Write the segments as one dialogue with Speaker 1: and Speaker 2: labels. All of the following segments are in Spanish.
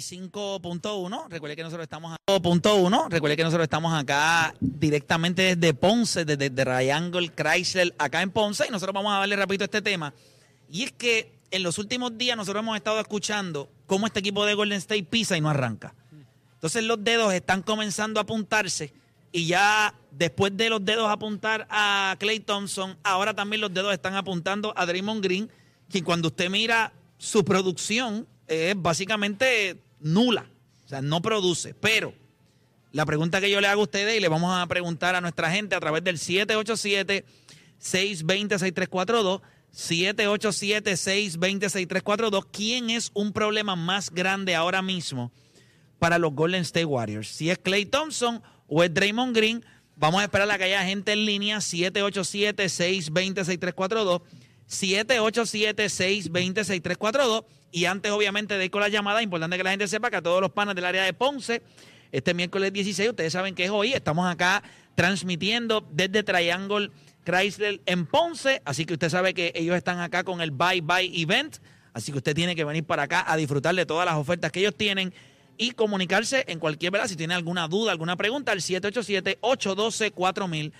Speaker 1: 106.995.1. Recuerde que nosotros estamos a punto uno. Recuerde que nosotros estamos acá directamente desde Ponce, desde, desde Triangle Chrysler, acá en Ponce. Y nosotros vamos a darle rapidito este tema. Y es que en los últimos días nosotros hemos estado escuchando cómo este equipo de Golden State pisa y no arranca. Entonces los dedos están comenzando a apuntarse. Y ya después de los dedos apuntar a Clay Thompson, ahora también los dedos están apuntando a Draymond Green, quien cuando usted mira su producción eh, es básicamente nula. O sea, no produce. Pero la pregunta que yo le hago a ustedes y le vamos a preguntar a nuestra gente a través del 787-620-6342, 787-620-6342, ¿quién es un problema más grande ahora mismo para los Golden State Warriors? Si es Clay Thompson o es Draymond Green, vamos a esperar a que haya gente en línea, 787-620-6342. 787-620-6342. Y antes, obviamente, de ir con la llamada, importante que la gente sepa que a todos los panas del área de Ponce, este miércoles 16, ustedes saben que es hoy, estamos acá transmitiendo desde Triangle Chrysler en Ponce, así que usted sabe que ellos están acá con el Bye Bye Event, así que usted tiene que venir para acá a disfrutar de todas las ofertas que ellos tienen y comunicarse en cualquier verdad, si tiene alguna duda, alguna pregunta, al 787-812-4000,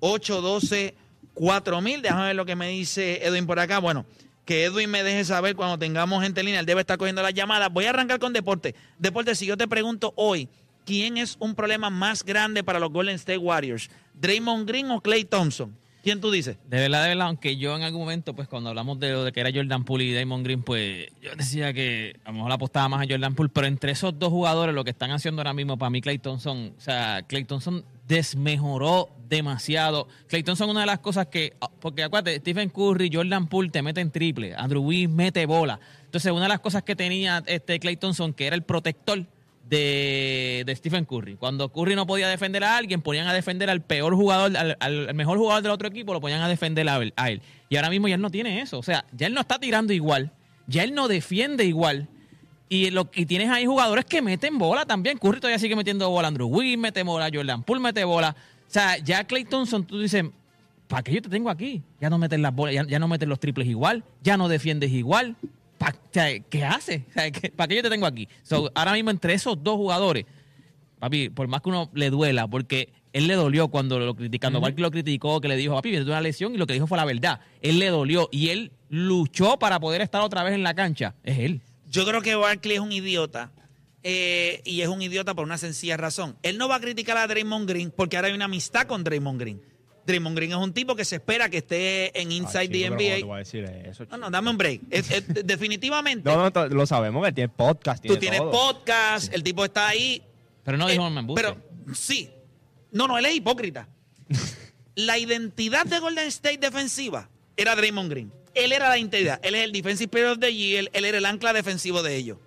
Speaker 1: 787-812-4000. 4000. Déjame ver lo que me dice Edwin por acá. Bueno, que Edwin me deje saber cuando tengamos gente en línea. Él debe estar cogiendo las llamadas. Voy a arrancar con deporte. Deporte, si yo te pregunto hoy, ¿quién es un problema más grande para los Golden State Warriors? ¿Draymond Green o Clay Thompson? ¿Quién tú dices?
Speaker 2: De verdad, de verdad, aunque yo en algún momento, pues cuando hablamos de lo de que era Jordan Poole y Damon Green, pues yo decía que a lo mejor apostaba más a Jordan Poole, pero entre esos dos jugadores lo que están haciendo ahora mismo para mí Clay Thompson, o sea, Clay Thompson desmejoró demasiado. Clay Thompson una de las cosas que, ah, porque acuérdate, Stephen Curry, Jordan Poole te meten triple, Andrew Wiggins mete bola. Entonces, una de las cosas que tenía este Clay Thompson, que era el protector de, de, Stephen Curry. Cuando Curry no podía defender a alguien, ponían a defender al peor jugador, al, al mejor jugador del otro equipo, lo ponían a defender a él, a él. Y ahora mismo ya él no tiene eso. O sea, ya él no está tirando igual, ya él no defiende igual. Y, lo, y tienes ahí jugadores que meten bola también. Curry todavía sigue metiendo bola. Andrew Wiggins mete bola, Jordan Poole mete bola. O sea, ya Clay Thompson, tú dices, ¿para qué yo te tengo aquí? Ya no meten las bolas, ya, ya no meten los triples igual, ya no defiendes igual. ¿qué hace? ¿Para qué yo te tengo aquí? So, ahora mismo entre esos dos jugadores, papi, por más que uno le duela, porque él le dolió cuando lo criticando, uh -huh. lo criticó, que le dijo, papi, viene una lesión y lo que dijo fue la verdad. Él le dolió y él luchó para poder estar otra vez en la cancha. Es él.
Speaker 1: Yo creo que Barkley es un idiota. Eh, y es un idiota por una sencilla razón. Él no va a criticar a Draymond Green porque ahora hay una amistad con Draymond Green. Draymond Green es un tipo que se espera que esté
Speaker 3: Ah,
Speaker 1: en Inside the NBA. no, no, dame un break. Es, es, definitivamente.
Speaker 3: no, no, lo sabemos que tiene podcast. Tiene
Speaker 1: tú tienes
Speaker 3: todo.
Speaker 1: podcast, sí. el tipo está ahí.
Speaker 2: Pero no dijo eh,
Speaker 1: Pero sí. No, no, él es hipócrita. la identidad de Golden State defensiva era Draymond Green. Él era la identidad. Él es el Defensive Player of the Year. Él era el ancla defensivo de ellos.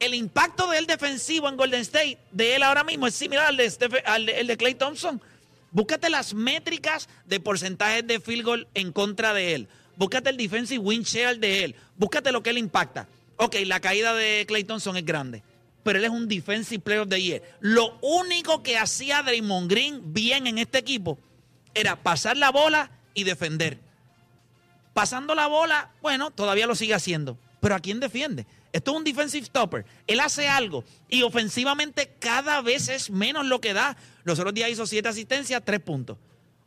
Speaker 1: El impacto de él defensivo en Golden State, de él ahora mismo, es similar al de, Steph al de, el de Clay Thompson. Búscate las métricas de porcentajes de field goal en contra de él. Búscate el defensive win share de él. Búscate lo que él impacta. Ok, la caída de Clay Thompson es grande, pero él es un defensive player of the year. Lo único que hacía Draymond Green bien en este equipo era pasar la bola y defender. Pasando la bola, bueno, todavía lo sigue haciendo. Pero ¿a quién defiende? Esto es un defensive stopper. Él hace algo y ofensivamente cada vez es menos lo que da. Los otros días hizo siete asistencias, tres puntos.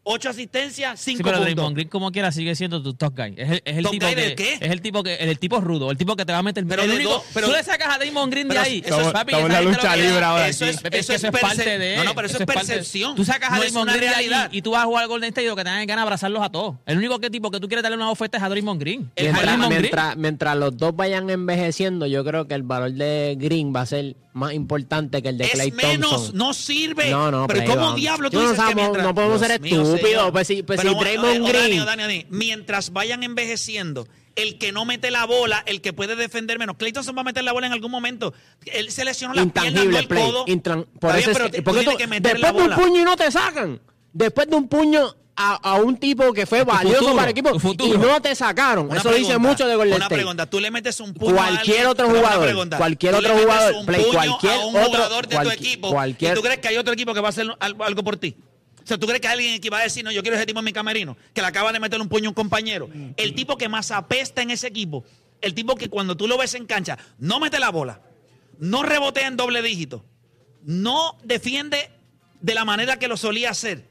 Speaker 1: Ocho asistencias, cinco sí, pero puntos.
Speaker 2: Draymond Green, como quiera, sigue siendo tu top guy. Es el, es el
Speaker 1: ¿Top
Speaker 2: tipo
Speaker 1: guy
Speaker 2: que,
Speaker 1: del qué?
Speaker 2: Es el tipo que, el tipo rudo, el tipo que te va a meter.
Speaker 1: Pero,
Speaker 2: el
Speaker 1: de
Speaker 2: único,
Speaker 1: dos, pero
Speaker 2: tú le sacas a Draymond Green
Speaker 1: pero
Speaker 2: de ahí.
Speaker 1: eso es-
Speaker 2: papi,
Speaker 3: estamos en
Speaker 2: esa
Speaker 3: la
Speaker 2: gente lo
Speaker 3: lucha
Speaker 2: que-
Speaker 3: libre ahora.
Speaker 1: Eso
Speaker 3: aquí.
Speaker 1: es,
Speaker 2: Pepe,
Speaker 1: eso
Speaker 2: es que
Speaker 1: es
Speaker 2: eso es parte
Speaker 1: perce-
Speaker 2: de
Speaker 1: No,
Speaker 2: él.
Speaker 1: no, pero eso,
Speaker 2: Eso
Speaker 1: es
Speaker 2: es parte-
Speaker 1: percepción.
Speaker 2: Tú sacas a
Speaker 1: no es
Speaker 2: Draymond
Speaker 1: una
Speaker 2: Green de ahí
Speaker 1: realidad.
Speaker 2: y tú vas a jugar al Golden State y lo que te dan ganas de abrazarlos a todos. El único que tipo que tú quieres darle una oferta es a Draymond Green.
Speaker 1: El
Speaker 2: A
Speaker 4: Mientras,
Speaker 2: Draymond Green.
Speaker 4: mientras- mientras los dos vayan envejeciendo, yo creo que el valor de Green va a ser más importante que el de
Speaker 1: es
Speaker 4: Clay
Speaker 1: menos,
Speaker 4: Thompson.
Speaker 1: no sirve.
Speaker 4: No, no,
Speaker 1: pero
Speaker 4: pero ahí
Speaker 1: ¿cómo
Speaker 4: vamos.
Speaker 1: diablo tú
Speaker 4: Yo no
Speaker 1: dices que
Speaker 4: sabemos-
Speaker 1: mientras...
Speaker 4: no podemos
Speaker 1: Dios
Speaker 4: ser
Speaker 1: mío,
Speaker 4: estúpidos,
Speaker 1: señor.
Speaker 4: pues sí, pues
Speaker 1: Pero
Speaker 4: sí,
Speaker 1: bueno,
Speaker 4: Draymond
Speaker 1: o- o Dani,
Speaker 4: Green.
Speaker 1: o Dani, o Dani, mientras vayan envejeciendo, el que no mete la bola, el que puede defender menos. Clay Thompson va a meter la bola en algún momento. Él se lesionó la pierna, no
Speaker 4: Intangible
Speaker 1: el
Speaker 4: play.
Speaker 1: codo.
Speaker 4: intran- por
Speaker 1: Está
Speaker 4: eso
Speaker 1: bien,
Speaker 4: es-
Speaker 1: pero
Speaker 4: porque
Speaker 1: tú tienes
Speaker 4: tú-
Speaker 1: que meter la
Speaker 4: después de un
Speaker 1: bola.
Speaker 4: puño y no te sacan. Después de un puño a, a un tipo que fue valioso
Speaker 2: futuro,
Speaker 4: para el equipo
Speaker 2: tu
Speaker 4: y
Speaker 2: futuro.
Speaker 4: no te sacaron. eso dice mucho de Golden
Speaker 1: Una
Speaker 4: State.
Speaker 1: pregunta, tú le metes un puño a
Speaker 4: Cualquier
Speaker 1: alguien,
Speaker 4: otro
Speaker 1: pero una
Speaker 4: jugador,
Speaker 1: pregunta,
Speaker 4: cualquier
Speaker 1: tú le
Speaker 4: otro
Speaker 1: metes
Speaker 4: jugador,
Speaker 1: un
Speaker 4: play,
Speaker 1: puño
Speaker 4: cualquier
Speaker 1: a un
Speaker 4: otro-
Speaker 1: jugador de tu
Speaker 4: cualquier-
Speaker 1: equipo,
Speaker 4: cualquier-
Speaker 1: ¿y tú crees que hay otro equipo que va a hacer algo, algo por ti? O sea, ¿tú crees que hay alguien que va a decir, no, yo quiero ese tipo en mi camerino, que le acaba de meter un puño a un compañero? El tipo que más apesta en ese equipo El tipo que cuando tú lo ves en cancha, no mete la bola, no rebotea en doble dígito, no defiende de la manera que lo solía hacer.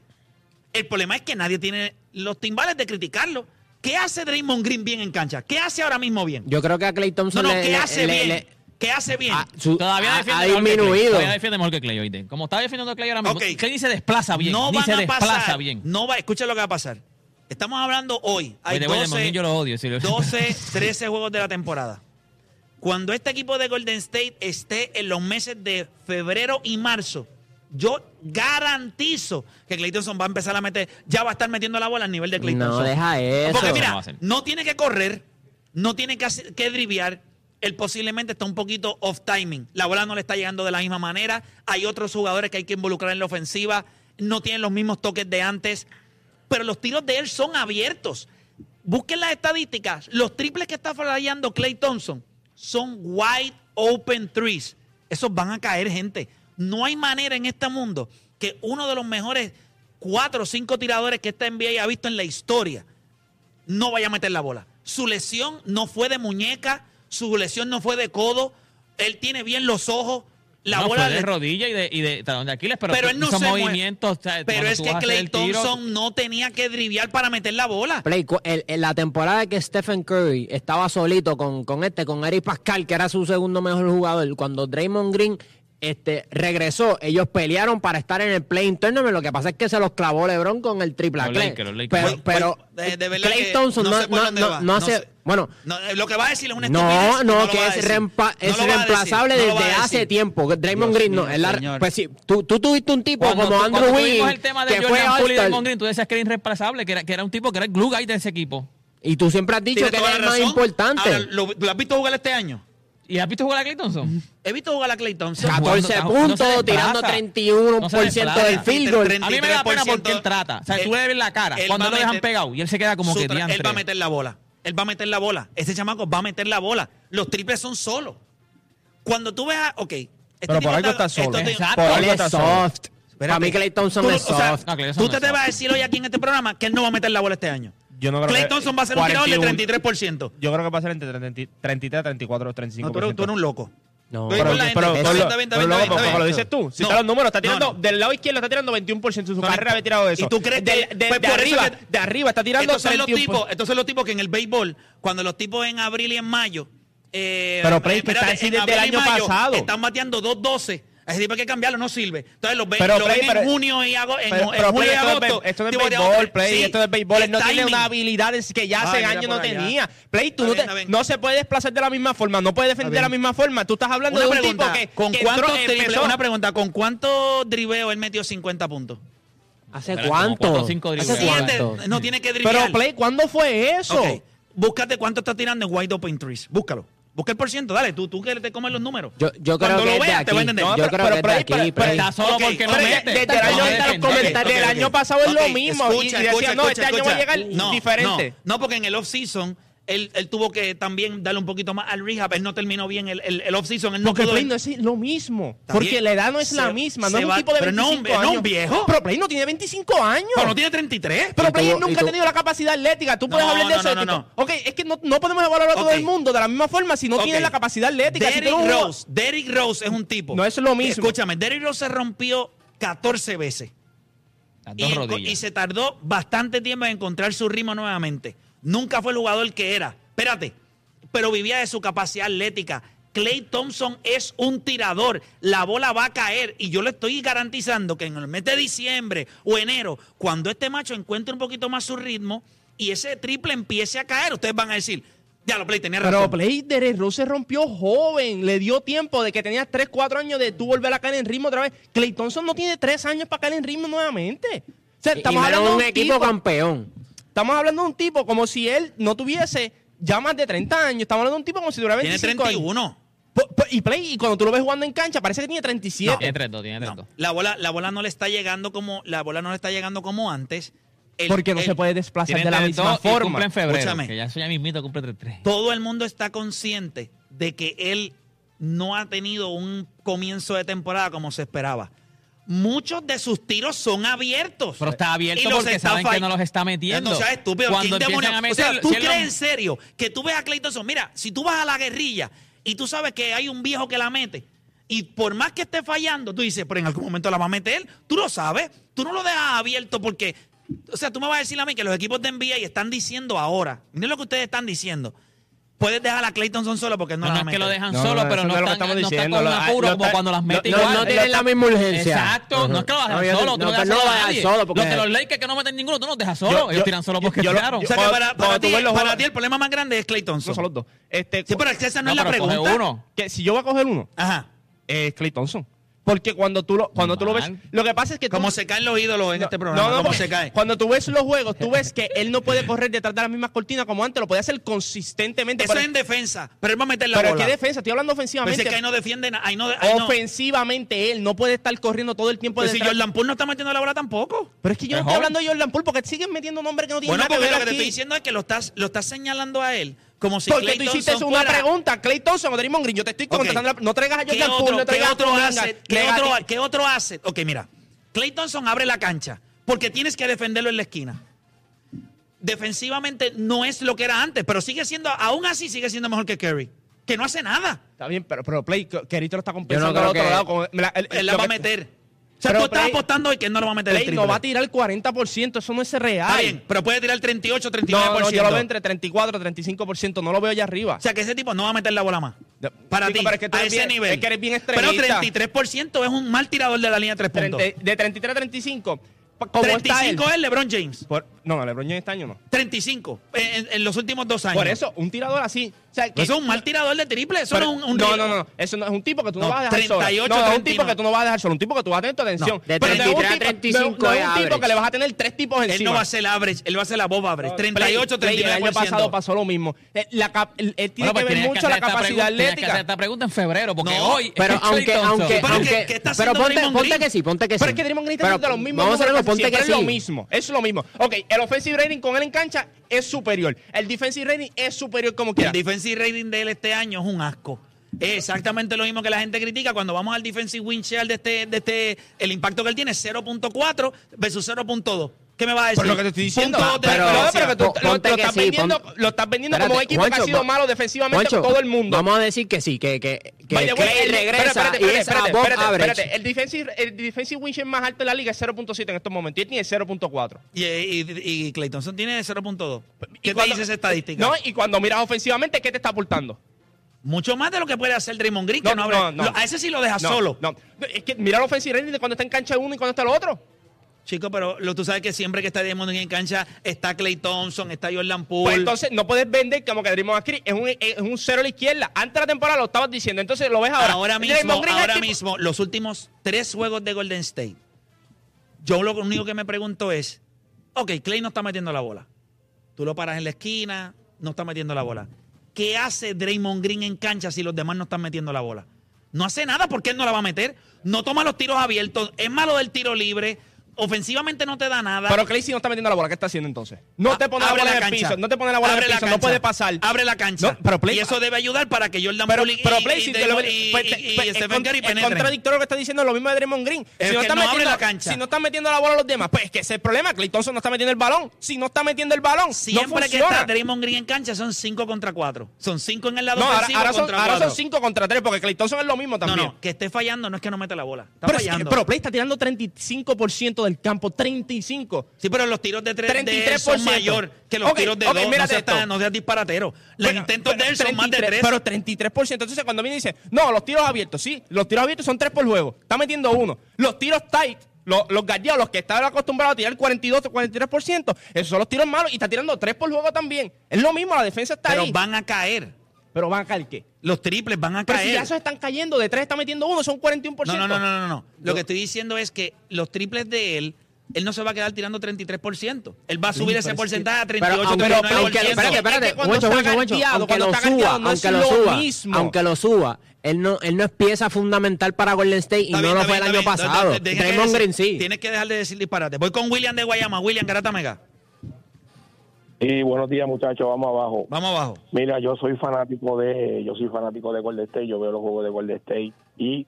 Speaker 1: El problema es que nadie tiene los timbales de criticarlo. ¿Qué hace Draymond Green bien en cancha? ¿Qué hace ahora mismo bien?
Speaker 4: Yo creo que a Clay
Speaker 1: No,
Speaker 4: Thompson
Speaker 1: no,
Speaker 4: le-
Speaker 1: ¿qué
Speaker 4: le-
Speaker 1: hace
Speaker 4: le-
Speaker 1: bien?
Speaker 4: le-
Speaker 1: ¿Qué hace bien?
Speaker 2: Ah,
Speaker 4: a- su-
Speaker 2: Todavía
Speaker 4: ha-
Speaker 2: defiende
Speaker 4: ha
Speaker 2: mejor que Clay.
Speaker 4: disminuido.
Speaker 2: Todavía defiende mejor que Clay hoy. día. Como está defendiendo a Clay ahora mismo,
Speaker 1: Ok.
Speaker 2: Clay ni se desplaza bien.
Speaker 1: no
Speaker 2: ni
Speaker 1: van
Speaker 2: se
Speaker 1: a
Speaker 2: desplaza
Speaker 1: pasar.
Speaker 2: bien.
Speaker 1: No va, escucha lo que va a pasar. Estamos hablando hoy. Hay
Speaker 2: By the way, de
Speaker 1: 12,
Speaker 2: Mourinho yo lo odio. si lo-
Speaker 1: 12, 13 juegos de la temporada. Cuando este equipo de Golden State esté en los meses de febrero y marzo, yo garantizo que Clay Thompson va a empezar a meter, ya va a estar metiendo la bola al nivel de Clay
Speaker 4: No,
Speaker 1: Thompson.
Speaker 4: deja eso.
Speaker 1: Porque
Speaker 2: No va
Speaker 1: mira,
Speaker 2: a hacer.
Speaker 1: no tiene que correr, no tiene que, hacer- que driviar. Él posiblemente está un poquito off timing. La bola no le está llegando de la misma manera. Hay otros jugadores que hay que involucrar en la ofensiva. No tienen los mismos toques de antes. Pero los tiros de él son abiertos. Busquen las estadísticas. Los triples que está fallando Clay Thompson son wide open threes. Esos van a caer, gente. No hay manera en este mundo que uno de los mejores cuatro o cinco tiradores que esta NBA ha visto en la historia no vaya a meter la bola. Su lesión no fue de muñeca, su lesión no fue de codo, él tiene bien los ojos, la
Speaker 2: No,
Speaker 1: bola
Speaker 2: fue de
Speaker 1: le-
Speaker 2: rodilla y de, y de talón de Aquiles, pero,
Speaker 1: pero él no
Speaker 2: hizo
Speaker 1: se mueve.
Speaker 2: movimientos. o sea,
Speaker 1: Pero
Speaker 2: cuando
Speaker 1: es
Speaker 2: tú
Speaker 1: que
Speaker 2: vas a hacer
Speaker 1: Clay
Speaker 2: el tiro-
Speaker 1: Thompson no tenía que driviar para meter la bola.
Speaker 4: Play, cu- el- el- la temporada que Stephen Curry estaba solito con, con este, con Eric Pascal, que era su segundo mejor jugador, cuando Draymond Green este, regresó, ellos pelearon para estar en el play interno, lo que pasa es que se los clavó LeBron con el triple
Speaker 2: Los
Speaker 4: A.
Speaker 2: Lakers, los Lakers.
Speaker 4: Pero,
Speaker 1: Voy-
Speaker 4: pero
Speaker 1: voy- Pues, de- de verdad
Speaker 4: Clay
Speaker 1: que
Speaker 4: Thompson no,
Speaker 1: sé por
Speaker 4: no-
Speaker 1: dónde
Speaker 4: no-
Speaker 1: va,
Speaker 4: no hace-
Speaker 1: sé.
Speaker 4: bueno,
Speaker 1: No, eh, lo que va a decir es una
Speaker 4: no,
Speaker 1: estupidez,
Speaker 4: no,
Speaker 1: lo
Speaker 4: que
Speaker 1: va a
Speaker 4: es,
Speaker 1: decir.
Speaker 4: reempa-
Speaker 1: No
Speaker 4: es
Speaker 1: lo va a decir,
Speaker 4: reemplazable
Speaker 1: no lo va a
Speaker 4: desde hace
Speaker 1: decir.
Speaker 4: tiempo. que Draymond
Speaker 5: Dios
Speaker 4: Green no.
Speaker 5: mío,
Speaker 4: es la-
Speaker 5: señor.
Speaker 4: pues sí, tú, tú tuviste un tipo
Speaker 2: Cuando
Speaker 4: como
Speaker 2: tú-
Speaker 4: Andrew
Speaker 2: cuando tuvimos
Speaker 4: Wiggins,
Speaker 2: el tema
Speaker 4: que
Speaker 2: de
Speaker 4: fue
Speaker 2: Jordan Poole y de
Speaker 4: All-Star,
Speaker 2: Draymond Green, tú decías que era irreemplazable, que era, que era un tipo que era el glue guy de ese equipo.
Speaker 4: y tú siempre has dicho
Speaker 1: Tiene
Speaker 4: que
Speaker 1: toda
Speaker 4: era el
Speaker 1: la
Speaker 4: más
Speaker 1: razón.
Speaker 4: importante.
Speaker 1: Ahora, ¿lo, ¿Lo has visto jugar este año?
Speaker 2: ¿Y has visto jugar a Clay Thompson?
Speaker 1: He visto jugar a Clay Thompson.
Speaker 2: Está jugando,
Speaker 4: 14
Speaker 2: está jugando,
Speaker 4: puntos,
Speaker 2: no se desplaza.
Speaker 4: tirando 31%
Speaker 2: No se desplaza.
Speaker 4: del field goal.
Speaker 2: A mí me da pena
Speaker 1: 33%
Speaker 2: porque él trata. O sea, tú
Speaker 1: él-
Speaker 2: le ves la cara.
Speaker 1: él
Speaker 2: Cuando
Speaker 1: va a
Speaker 2: lo dejan
Speaker 1: meter-
Speaker 2: pegado y él se queda como
Speaker 1: su
Speaker 2: que
Speaker 1: tra-
Speaker 2: diantre.
Speaker 1: Él va a meter la bola. Él va a meter la bola. Ese chamaco va a meter la bola. Los triples son solos. Cuando tú veas, ok. este
Speaker 3: Pero
Speaker 1: tipo
Speaker 3: por algo está solo.
Speaker 1: esto te-
Speaker 2: Exacto.
Speaker 4: Por
Speaker 3: Por
Speaker 4: él
Speaker 3: algo
Speaker 4: es
Speaker 3: está
Speaker 4: soft. Para
Speaker 1: Espérate.
Speaker 4: mí Clay Thompson
Speaker 1: Tú no-
Speaker 4: es
Speaker 1: o sea,
Speaker 4: soft.
Speaker 2: No, Clay
Speaker 1: tú
Speaker 2: Thompson no
Speaker 1: te,
Speaker 2: es
Speaker 1: te vas a
Speaker 2: soft.
Speaker 1: decir hoy aquí en este programa que él no va a meter la bola este año.
Speaker 3: Yo no creo
Speaker 1: Clay
Speaker 3: que-
Speaker 1: Thompson va a ser un tirador de
Speaker 3: 41.
Speaker 1: 33%.
Speaker 3: Yo creo que va a ser entre 30, 33, 34, 35.
Speaker 1: No, tú, eres, tú eres un loco.
Speaker 4: No,
Speaker 1: Tú eres
Speaker 3: Pero,
Speaker 1: con la gente,
Speaker 3: pero,
Speaker 1: está
Speaker 3: pero
Speaker 1: bien,
Speaker 3: lo-
Speaker 1: está bien, está
Speaker 3: pero
Speaker 1: bien,
Speaker 3: luego,
Speaker 1: está bien,
Speaker 3: como lo
Speaker 1: está
Speaker 3: dices
Speaker 1: bien.
Speaker 3: tú, si
Speaker 1: No.
Speaker 3: están los números, está tirando
Speaker 1: No, no.
Speaker 3: del lado izquierdo está tirando 21% de su
Speaker 1: No, no.
Speaker 3: carrera, había tirado eso.
Speaker 1: ¿Y tú crees
Speaker 3: Del-
Speaker 1: que-
Speaker 3: de,
Speaker 1: pues
Speaker 3: de
Speaker 1: por eso
Speaker 3: arriba,
Speaker 1: que-
Speaker 3: de arriba está tirando
Speaker 1: Estos son, los
Speaker 3: 31%.
Speaker 1: tipos, estos son los tipos que en el béisbol, cuando los tipos en abril y en mayo. eh,
Speaker 3: Pero, Play, que
Speaker 1: espérate,
Speaker 3: está así
Speaker 1: en
Speaker 3: desde
Speaker 1: abril
Speaker 3: el
Speaker 1: y
Speaker 3: año pasado.
Speaker 1: Están bateando 2-12. Ese tipo hay que cambiarlo, no sirve. Entonces los, ve-
Speaker 3: Pero,
Speaker 1: lo
Speaker 3: Play,
Speaker 1: ven en
Speaker 3: pero-
Speaker 1: junio y agosto. En,
Speaker 3: Pero,
Speaker 1: en
Speaker 3: pero,
Speaker 1: julio
Speaker 3: Play,
Speaker 1: y
Speaker 3: esto,
Speaker 1: agosto.
Speaker 3: es, esto no es
Speaker 1: tipo de
Speaker 3: béisbol,
Speaker 1: agosto.
Speaker 3: Play,
Speaker 1: Sí,
Speaker 3: esto no es béisbol, él no
Speaker 1: el
Speaker 3: tiene
Speaker 1: timing.
Speaker 3: unas habilidades que ya
Speaker 1: Ah,
Speaker 3: hace
Speaker 1: mira
Speaker 3: años
Speaker 1: por
Speaker 3: no
Speaker 1: allá.
Speaker 3: tenía. Play, tú
Speaker 1: Está
Speaker 3: no,
Speaker 1: bien,
Speaker 3: te-
Speaker 1: está bien.
Speaker 3: no se puede desplazar de la misma forma, no puede defender de la misma forma. Tú estás hablando
Speaker 1: Una
Speaker 3: de un
Speaker 1: pregunta,
Speaker 3: tipo que
Speaker 1: ¿con
Speaker 3: que
Speaker 1: cuánto
Speaker 3: entró,
Speaker 1: triple-
Speaker 3: empezó-
Speaker 1: una pregunta, ¿con cuánto driveo él metió 50 puntos?
Speaker 4: ¿Hace
Speaker 2: Pero como
Speaker 4: cuánto?
Speaker 2: cuatro o cinco
Speaker 4: ¿Hace
Speaker 2: dribles.
Speaker 1: Siete,
Speaker 4: cuánto?
Speaker 1: no tiene que drivear.
Speaker 3: Pero Play, ¿cuándo fue eso?
Speaker 1: Ok, Búscate cuánto está tirando en Wide Open Trees. Búscalo. Busca el por ciento, dale, tú, tú que te comes los números.
Speaker 4: Yo, yo creo
Speaker 1: Cuando
Speaker 4: que
Speaker 1: lo
Speaker 4: es de
Speaker 1: veas, te
Speaker 4: aquí.
Speaker 1: voy a entender.
Speaker 4: Yo
Speaker 1: No,
Speaker 3: pero-
Speaker 4: creo que
Speaker 3: pero-
Speaker 4: es de
Speaker 3: pero-
Speaker 4: aquí.
Speaker 3: pero-
Speaker 4: Play.
Speaker 2: Está solo
Speaker 1: Ok,
Speaker 2: porque no
Speaker 1: pero
Speaker 2: mete.
Speaker 3: desde el
Speaker 2: No
Speaker 3: año-
Speaker 2: defiende.
Speaker 3: los comentarios del
Speaker 1: Ok, ok.
Speaker 3: año pasado en lo
Speaker 1: Ok,
Speaker 3: mismo, y- y decía, no, este año va a llegar diferente.
Speaker 1: No, no, porque en el off-season él, él tuvo que también darle un poquito más al rehab. Él no terminó bien el, el, el off-season. Él no
Speaker 3: Porque
Speaker 1: pudo-
Speaker 3: Play no es lo mismo.
Speaker 1: Está
Speaker 3: Porque
Speaker 1: bien.
Speaker 3: la edad no es
Speaker 1: Se-
Speaker 3: la misma. No
Speaker 1: se
Speaker 3: es un
Speaker 1: va-
Speaker 3: tipo de
Speaker 1: pero no un
Speaker 3: 25
Speaker 1: vie- no
Speaker 3: años.
Speaker 1: un viejo.
Speaker 3: Pero Play no tiene 25 años.
Speaker 1: Pero no tiene 33.
Speaker 3: Pero
Speaker 4: Y tú-
Speaker 3: Play
Speaker 4: y
Speaker 3: nunca
Speaker 4: tú-
Speaker 3: ha tenido la capacidad atlética. Tú
Speaker 1: No,
Speaker 3: puedes hablar de
Speaker 1: no,
Speaker 3: eso. de
Speaker 1: no,
Speaker 3: tipo,
Speaker 1: no.
Speaker 3: Ok, es que no, no podemos evaluar a todo
Speaker 1: Ok.
Speaker 3: el mundo de la misma forma si no
Speaker 1: Ok.
Speaker 3: tienes la capacidad atlética. Si
Speaker 1: Derrick
Speaker 3: tú eres un-
Speaker 1: Rose. Derrick Rose es un tipo.
Speaker 3: No es lo mismo.
Speaker 1: Escúchame, Derrick Rose se rompió 14 veces.
Speaker 2: Las
Speaker 1: y,
Speaker 2: dos
Speaker 1: enco- y
Speaker 2: rodillas.
Speaker 1: se tardó bastante tiempo en encontrar su ritmo nuevamente. Nunca fue el jugador que era. Espérate, pero vivía de su capacidad atlética. Clay Thompson es un tirador. La bola va a caer. Y yo le estoy garantizando que en el mes de diciembre o enero, cuando este macho encuentre un poquito más su ritmo y ese triple empiece a caer, ustedes van a decir, ya lo Play tenía razón.
Speaker 3: Pero Play Derrick Rose se rompió joven. Le dio tiempo de que tenías 3, 4 años de tú volver a caer en ritmo otra vez. Clay Thompson no tiene 3 años para caer en ritmo nuevamente. O sea,
Speaker 4: Y- y
Speaker 3: estamos
Speaker 4: menos
Speaker 3: hablando de
Speaker 4: un
Speaker 3: un
Speaker 4: equipo
Speaker 3: tipo-
Speaker 4: campeón.
Speaker 3: Estamos hablando de un tipo como si él no tuviese ya más de 30 años. Estamos hablando de un tipo como si tuviera
Speaker 1: Tiene
Speaker 3: 25 años.
Speaker 1: 31.
Speaker 3: Po- po- Y Play, y cuando tú lo ves jugando en cancha, parece que tiene
Speaker 2: No,
Speaker 3: 37.
Speaker 2: Tiene tres dos, tiene tres dos.
Speaker 1: No, la bola, la bola no le está llegando como, la bola no le está llegando como antes. El-
Speaker 3: porque no
Speaker 1: el-
Speaker 3: se puede desplazar
Speaker 2: Tiene
Speaker 3: de la
Speaker 2: tres
Speaker 3: misma
Speaker 2: dos y
Speaker 3: forma.
Speaker 2: cumple en febrero.
Speaker 1: Escúchame.
Speaker 2: Que ya eso ya mismito cumple 3-3.
Speaker 1: todo el mundo está consciente de que él no ha tenido un comienzo de temporada como se esperaba. muchos de sus tiros son abiertos.
Speaker 2: Pero está abierto
Speaker 1: Y los
Speaker 2: porque
Speaker 1: está
Speaker 2: saben que
Speaker 1: fight-
Speaker 2: no los está metiendo.
Speaker 1: No seas estúpido.
Speaker 2: Cuando
Speaker 1: ¿quién
Speaker 2: empiezan
Speaker 1: demonios-
Speaker 2: a meter,
Speaker 1: o sea, tú
Speaker 2: si él lo-
Speaker 1: crees en serio que tú ves a Clay Thompson. Mira, si tú vas a la guerrilla y tú sabes que hay un viejo que la mete y por más que esté fallando, tú dices, pero en algún momento la va a meter. Tú lo sabes. Tú no lo dejas abierto porque... O sea, tú me vas a decir a mí que los equipos de NBA están diciendo ahora. Miren lo que ustedes están diciendo. Puedes dejar a Clay Thompson solo porque no,
Speaker 2: No,
Speaker 1: la
Speaker 2: no
Speaker 1: va
Speaker 2: es
Speaker 1: a
Speaker 2: que lo
Speaker 1: meter.
Speaker 2: dejan
Speaker 3: No, no,
Speaker 2: solo,
Speaker 3: no,
Speaker 2: pero
Speaker 3: eso
Speaker 2: no
Speaker 3: es lo que
Speaker 2: están,
Speaker 3: estamos
Speaker 2: no están
Speaker 3: diciendo,
Speaker 2: con
Speaker 3: lo-
Speaker 2: un apuro
Speaker 3: lo
Speaker 2: como
Speaker 3: está-
Speaker 2: cuando las mete
Speaker 4: no,
Speaker 2: igual.
Speaker 4: no tienen la misma urgencia.
Speaker 2: Exacto, no es que lo
Speaker 4: Ajá.
Speaker 2: dejan
Speaker 4: yo-
Speaker 2: solo.
Speaker 4: no,
Speaker 2: tú no,
Speaker 4: que
Speaker 2: dejas solo a
Speaker 4: dejan
Speaker 2: nadie.
Speaker 4: solo, porque-
Speaker 2: Los de los Lakers que no meten ninguno, tú no los dejas solo.
Speaker 3: Yo-
Speaker 2: Ellos
Speaker 3: yo-
Speaker 2: tiran solo
Speaker 3: yo-
Speaker 2: porque
Speaker 3: yo lo-
Speaker 2: tiraron.
Speaker 1: O sea que
Speaker 3: Cuando-
Speaker 1: para, para
Speaker 3: cuando tú
Speaker 1: ti,
Speaker 3: ves los
Speaker 1: para
Speaker 3: juegos-
Speaker 1: ti el problema más grande es Clay Thompson.
Speaker 3: No son los dos. Este,
Speaker 1: Sí, pero es que esa no, es la
Speaker 2: pero coge
Speaker 1: pregunta.
Speaker 2: uno.
Speaker 3: que si yo voy a coger uno,
Speaker 1: Ajá.
Speaker 3: es Clay Thompson. Porque cuando tú lo, cuando tú lo ves,
Speaker 2: Normal.
Speaker 3: lo que pasa es que tú-
Speaker 1: Como se caen los ídolos en
Speaker 3: No,
Speaker 1: este programa.
Speaker 3: no, no,
Speaker 1: como
Speaker 3: porque
Speaker 1: se caen.
Speaker 3: Cuando tú ves los juegos, tú ves que él no puede correr detrás de las mismas cortinas como antes, lo podía hacer consistentemente.
Speaker 1: Eso
Speaker 3: pero
Speaker 1: es en defensa. Pero él va a meter la
Speaker 3: pero
Speaker 1: bola.
Speaker 3: qué defensa, estoy hablando
Speaker 1: Pero si
Speaker 3: ofensivamente.
Speaker 1: es que ahí no defiende nada. Ahí no, ahí no.
Speaker 3: ofensivamente él no puede estar corriendo todo el tiempo
Speaker 1: Pero si
Speaker 3: detrás.
Speaker 1: Jordan Poole no está metiendo la bola tampoco.
Speaker 3: Pero es que yo no
Speaker 2: Es
Speaker 3: estoy
Speaker 2: joven.
Speaker 3: hablando de Jordan Poole porque siguen metiendo nombres que no tienen
Speaker 1: Bueno,
Speaker 3: nada
Speaker 1: porque
Speaker 3: que
Speaker 1: lo que
Speaker 3: ver
Speaker 1: te
Speaker 3: aquí.
Speaker 1: estoy diciendo es que lo estás, lo estás señalando a él como si
Speaker 3: porque
Speaker 1: Klay
Speaker 3: tú hiciste
Speaker 1: Thompson
Speaker 3: una
Speaker 1: fuera-
Speaker 3: pregunta, Clay Thompson o Draymond Green, yo te estoy
Speaker 1: Ok.
Speaker 3: contestando, la- no traigas a
Speaker 1: ¿Qué
Speaker 3: Jordan Poole,
Speaker 1: otro,
Speaker 3: no
Speaker 1: qué
Speaker 3: traigas
Speaker 1: otro
Speaker 3: a Poole,
Speaker 1: asset-
Speaker 3: venga,
Speaker 1: qué
Speaker 3: venga
Speaker 1: otro-
Speaker 3: aquí.
Speaker 1: ¿Qué otro hace? Ok, mira. Clay Thompson abre la cancha porque tienes que defenderlo en la esquina. Defensivamente no es lo que era antes, pero sigue siendo, aún así sigue siendo mejor que Curry, que no hace nada.
Speaker 3: Está bien, pero, pero Play, que- Kerito lo está compensando
Speaker 4: creo
Speaker 3: al otro
Speaker 4: que-
Speaker 3: lado. con- me la- el-
Speaker 1: Él la
Speaker 3: lo
Speaker 1: va a
Speaker 3: que-
Speaker 1: meter. O sea,
Speaker 3: Pero
Speaker 1: tú estás
Speaker 3: Play-
Speaker 1: apostando hoy que él no lo va a meter el
Speaker 3: Play
Speaker 1: triple.
Speaker 3: no va a tirar el 40%, eso no es real.
Speaker 1: Está bien, pero puede tirar 38, 39%.
Speaker 3: No, no, yo lo veo entre 34 35%, no lo veo allá arriba.
Speaker 1: O sea, que ese tipo no va a meter la bola más.
Speaker 3: De-
Speaker 1: Para
Speaker 3: Chico,
Speaker 1: ti,
Speaker 3: pero es que tú
Speaker 1: a
Speaker 3: eres
Speaker 1: ese
Speaker 3: bien-
Speaker 1: nivel.
Speaker 3: es que eres bien
Speaker 1: pero
Speaker 3: extremista.
Speaker 1: 33% es un mal tirador de la línea de tres puntos.
Speaker 3: 30 de 33 a 35. pa- Como está él.
Speaker 1: 35 es LeBron James.
Speaker 3: Por- no, no, LeBron James este año no.
Speaker 1: 35 en, en los últimos dos años.
Speaker 3: Por eso, un tirador así. O sea, que-
Speaker 1: Eso es un mal tirador de triple. Eso
Speaker 3: pero-
Speaker 1: no es un, un
Speaker 3: no,
Speaker 1: río.
Speaker 3: no, no, eso no es un tipo que tú no,
Speaker 1: No,
Speaker 3: vas a dejar solo.
Speaker 1: 38,
Speaker 3: No, no, es un
Speaker 1: 39.
Speaker 3: tipo que tú no vas a dejar solo, un tipo que tú vas a tener tu atención.
Speaker 4: de
Speaker 3: Pero no es un
Speaker 4: 33 a
Speaker 3: tipo-
Speaker 4: 35
Speaker 3: no, no es
Speaker 4: es
Speaker 3: un tipo que
Speaker 4: average.
Speaker 3: le vas a tener tres tipos
Speaker 1: Él
Speaker 3: encima.
Speaker 1: no va a ser el average, él va a ser la Bob average. 38, 39%.
Speaker 3: Play, El año pasado pasó lo mismo. Eh, la cap- el- él tiene
Speaker 2: Bueno, pues
Speaker 3: que ver
Speaker 2: tenías
Speaker 3: mucho la
Speaker 2: hacer esta
Speaker 3: capacidad
Speaker 2: pregunta- tenías que hacer
Speaker 3: atlética.
Speaker 2: esta pregunta en febrero, porque
Speaker 1: No,
Speaker 2: hoy. es
Speaker 4: Pero
Speaker 2: Klay
Speaker 4: aunque,
Speaker 2: Thompson.
Speaker 4: aunque,
Speaker 1: Pero
Speaker 4: aunque,
Speaker 1: que- que está
Speaker 4: pero
Speaker 1: haciendo
Speaker 4: ponte,
Speaker 1: Draymond
Speaker 4: ponte
Speaker 1: Green.
Speaker 4: que sí, ponte que sí.
Speaker 3: Pero es que Draymond Green está
Speaker 4: Pero
Speaker 3: haciendo los mismos
Speaker 4: Vamos a
Speaker 3: números casi
Speaker 4: hacerlo, ponte
Speaker 3: siempre,
Speaker 4: que
Speaker 3: es lo
Speaker 4: sí.
Speaker 3: mismo. Es lo mismo. Ok, el offensive rating con él en cancha es superior. El defensive rating es superior como
Speaker 1: El
Speaker 3: quiera.
Speaker 1: defensive rating de él este año es un asco. Es exactamente lo mismo que la gente critica cuando vamos al defensive win share de este, de este el impacto que él tiene es 0.4 versus 0.2. ¿qué me vas a decir?
Speaker 3: Pero lo que te estoy diciendo,
Speaker 1: Punto de
Speaker 4: pero-
Speaker 1: diferencia.
Speaker 3: pero que tú
Speaker 4: Pon-
Speaker 3: lo,
Speaker 4: ponte
Speaker 3: lo
Speaker 4: que
Speaker 3: estás
Speaker 4: sí,
Speaker 3: vendiendo,
Speaker 4: pon-
Speaker 3: lo estás vendiendo como un
Speaker 4: Espérate,
Speaker 3: equipo que ha
Speaker 4: Juancho,
Speaker 3: sido
Speaker 4: va-
Speaker 3: malo defensivamente
Speaker 4: Juancho,
Speaker 3: todo el mundo.
Speaker 4: Vamos a decir que sí, que, que, que
Speaker 3: By the way,
Speaker 4: Clay
Speaker 3: el-
Speaker 4: regresa
Speaker 3: espérate,
Speaker 4: y
Speaker 3: espérate,
Speaker 4: es
Speaker 3: espérate,
Speaker 4: above
Speaker 3: espérate,
Speaker 4: average.
Speaker 3: espérate. El defensive, el defensive win share más alto de la liga es 0.7 en estos momentos. Y él tiene 0.4.
Speaker 1: Y, y, y Clay Thompson tiene 0.2.
Speaker 3: Y
Speaker 1: ¿Qué te
Speaker 3: cuando-
Speaker 1: dice esa estadística?
Speaker 3: No, y cuando miras ofensivamente, ¿qué te está aportando?
Speaker 1: Mucho más de lo que puede hacer Draymond Green, que
Speaker 3: No,
Speaker 1: no, abre-
Speaker 3: no, no.
Speaker 1: lo- A ese sí lo deja
Speaker 3: No,
Speaker 1: solo.
Speaker 3: No, es que mira el offensive rating de cuando está en cancha uno y cuando está el otro.
Speaker 1: Chico, pero lo, tú sabes que siempre que está Draymond Green en cancha está Clay Thompson, está Jordan Poole.
Speaker 3: Pues entonces no puedes vender como que Draymond Green es un, es un cero a la izquierda. Antes de la temporada lo estabas diciendo, entonces lo ves ahora.
Speaker 1: ahora, mismo,
Speaker 3: Draymond Green es
Speaker 1: ahora
Speaker 3: tipo-
Speaker 1: mismo, los últimos tres juegos de Golden State, yo lo único que me pregunto es, ok, Clay no está metiendo la bola. Tú lo paras en la esquina, no está metiendo la bola. ¿Qué hace Draymond Green en cancha si los demás no están metiendo la bola? No hace nada porque él no la va a meter. No toma los tiros abiertos. Es malo del tiro libre. Ofensivamente no te da nada.
Speaker 3: Pero Clay si no está metiendo la bola, ¿qué está haciendo entonces? No
Speaker 1: A-
Speaker 3: te pone la
Speaker 1: Ah, abre
Speaker 3: bola en el
Speaker 1: cancha.
Speaker 3: piso, no te pone la bola
Speaker 1: Abre
Speaker 3: en el piso, no
Speaker 1: cancha.
Speaker 3: puede pasar.
Speaker 1: Abre la cancha.
Speaker 3: No, pero Play-
Speaker 1: y eso debe ayudar para que Jordan
Speaker 3: Pero,
Speaker 1: Poole y,
Speaker 3: pero
Speaker 1: y-
Speaker 3: Play,
Speaker 1: y
Speaker 3: si te lo
Speaker 1: Draymond-
Speaker 3: ves-
Speaker 1: y-
Speaker 3: pues, te-
Speaker 1: y- y
Speaker 3: pues, el
Speaker 1: Stephen Curry
Speaker 3: contra- el
Speaker 1: penetren.
Speaker 3: contradictorio que está diciendo es lo mismo de Draymond Green.
Speaker 1: Es
Speaker 3: Si
Speaker 1: que
Speaker 3: no, está
Speaker 1: no abre
Speaker 3: metiendo,
Speaker 1: la cancha.
Speaker 3: si no está metiendo la bola a los demás, pues es que ese es el problema. Clay Thompson no está metiendo el balón. Si no está metiendo el balón,
Speaker 1: Siempre
Speaker 3: no
Speaker 1: que
Speaker 3: funciona.
Speaker 1: está Draymond Green en cancha son 5 contra 4. Son 5 en el lado
Speaker 3: no, ahora,
Speaker 1: ofensivo
Speaker 3: ahora son,
Speaker 1: contra
Speaker 3: ahora son
Speaker 1: 4.
Speaker 3: cinco contra tres, porque Clay Thompson es lo mismo
Speaker 1: no,
Speaker 3: también.
Speaker 1: no, que esté fallando no es que no meta la bola. Está
Speaker 3: Pero, es que-
Speaker 1: fallando.
Speaker 3: pero Play está tirando 35% del campo, 35.
Speaker 1: sí, pero los tiros de 3 de él son
Speaker 3: 33%.
Speaker 1: mayor que los
Speaker 3: Ok,
Speaker 1: tiros de
Speaker 3: ok,
Speaker 1: 2. no,
Speaker 3: mírate
Speaker 1: seas tan-
Speaker 3: esto.
Speaker 1: no seas disparatero. Los
Speaker 3: Bueno,
Speaker 1: intentos
Speaker 3: pero
Speaker 1: de él son más de 3.
Speaker 3: 33, Pero 33%. Entonces, cuando viene y dice, no, los tiros abiertos, sí, los tiros abiertos son tres por juego. Está metiendo uno. Los tiros tight, los, los galleos, los que están acostumbrados a tirar 42 o 43%, esos son los tiros malos y está tirando tres por juego también. Es lo mismo, la defensa está
Speaker 1: pero
Speaker 3: ahí.
Speaker 1: van a caer.
Speaker 3: pero van a caer qué.
Speaker 1: Los triples van a
Speaker 3: Pero
Speaker 1: caer.
Speaker 3: si ya esos están cayendo, de tres está metiendo uno, son
Speaker 1: No,
Speaker 3: 41%.
Speaker 1: no, no, no, no, no. Lo
Speaker 3: Yo-
Speaker 1: que estoy diciendo es que los triples de él, él no se va a quedar tirando 33%. Él va a subir ese
Speaker 3: pero es
Speaker 1: porcentaje a
Speaker 4: Pero
Speaker 1: 38,
Speaker 4: aunque,
Speaker 3: pero-
Speaker 4: aunque-
Speaker 1: 39%.
Speaker 4: espérate, espérate,
Speaker 3: Es que cuando
Speaker 4: Juancho,
Speaker 3: está
Speaker 4: Juancho, Juancho,
Speaker 3: gardeado,
Speaker 4: aunque
Speaker 3: cuando
Speaker 4: lo
Speaker 3: está
Speaker 4: suba,
Speaker 3: gardeado, no
Speaker 4: aunque
Speaker 3: es
Speaker 4: lo
Speaker 3: lo
Speaker 4: suba,
Speaker 3: mismo.
Speaker 4: aunque lo suba, él no, él no es pieza fundamental para Golden State y
Speaker 1: Está
Speaker 4: no
Speaker 1: bien,
Speaker 4: lo
Speaker 1: está
Speaker 4: fue
Speaker 1: bien,
Speaker 4: el
Speaker 1: está
Speaker 4: año
Speaker 1: bien. Entonces,
Speaker 4: pasado.
Speaker 1: deja que
Speaker 4: Draymond
Speaker 1: decir-
Speaker 4: Green sí.
Speaker 1: Tienes que dejar de decir disparate. Voy con William de Guayama. William, garata mega.
Speaker 5: Y buenos días, muchachos. Vamos abajo.
Speaker 1: Vamos abajo.
Speaker 5: Mira, yo soy fanático de yo soy fanático de Golden State. Yo veo los juegos de Golden State y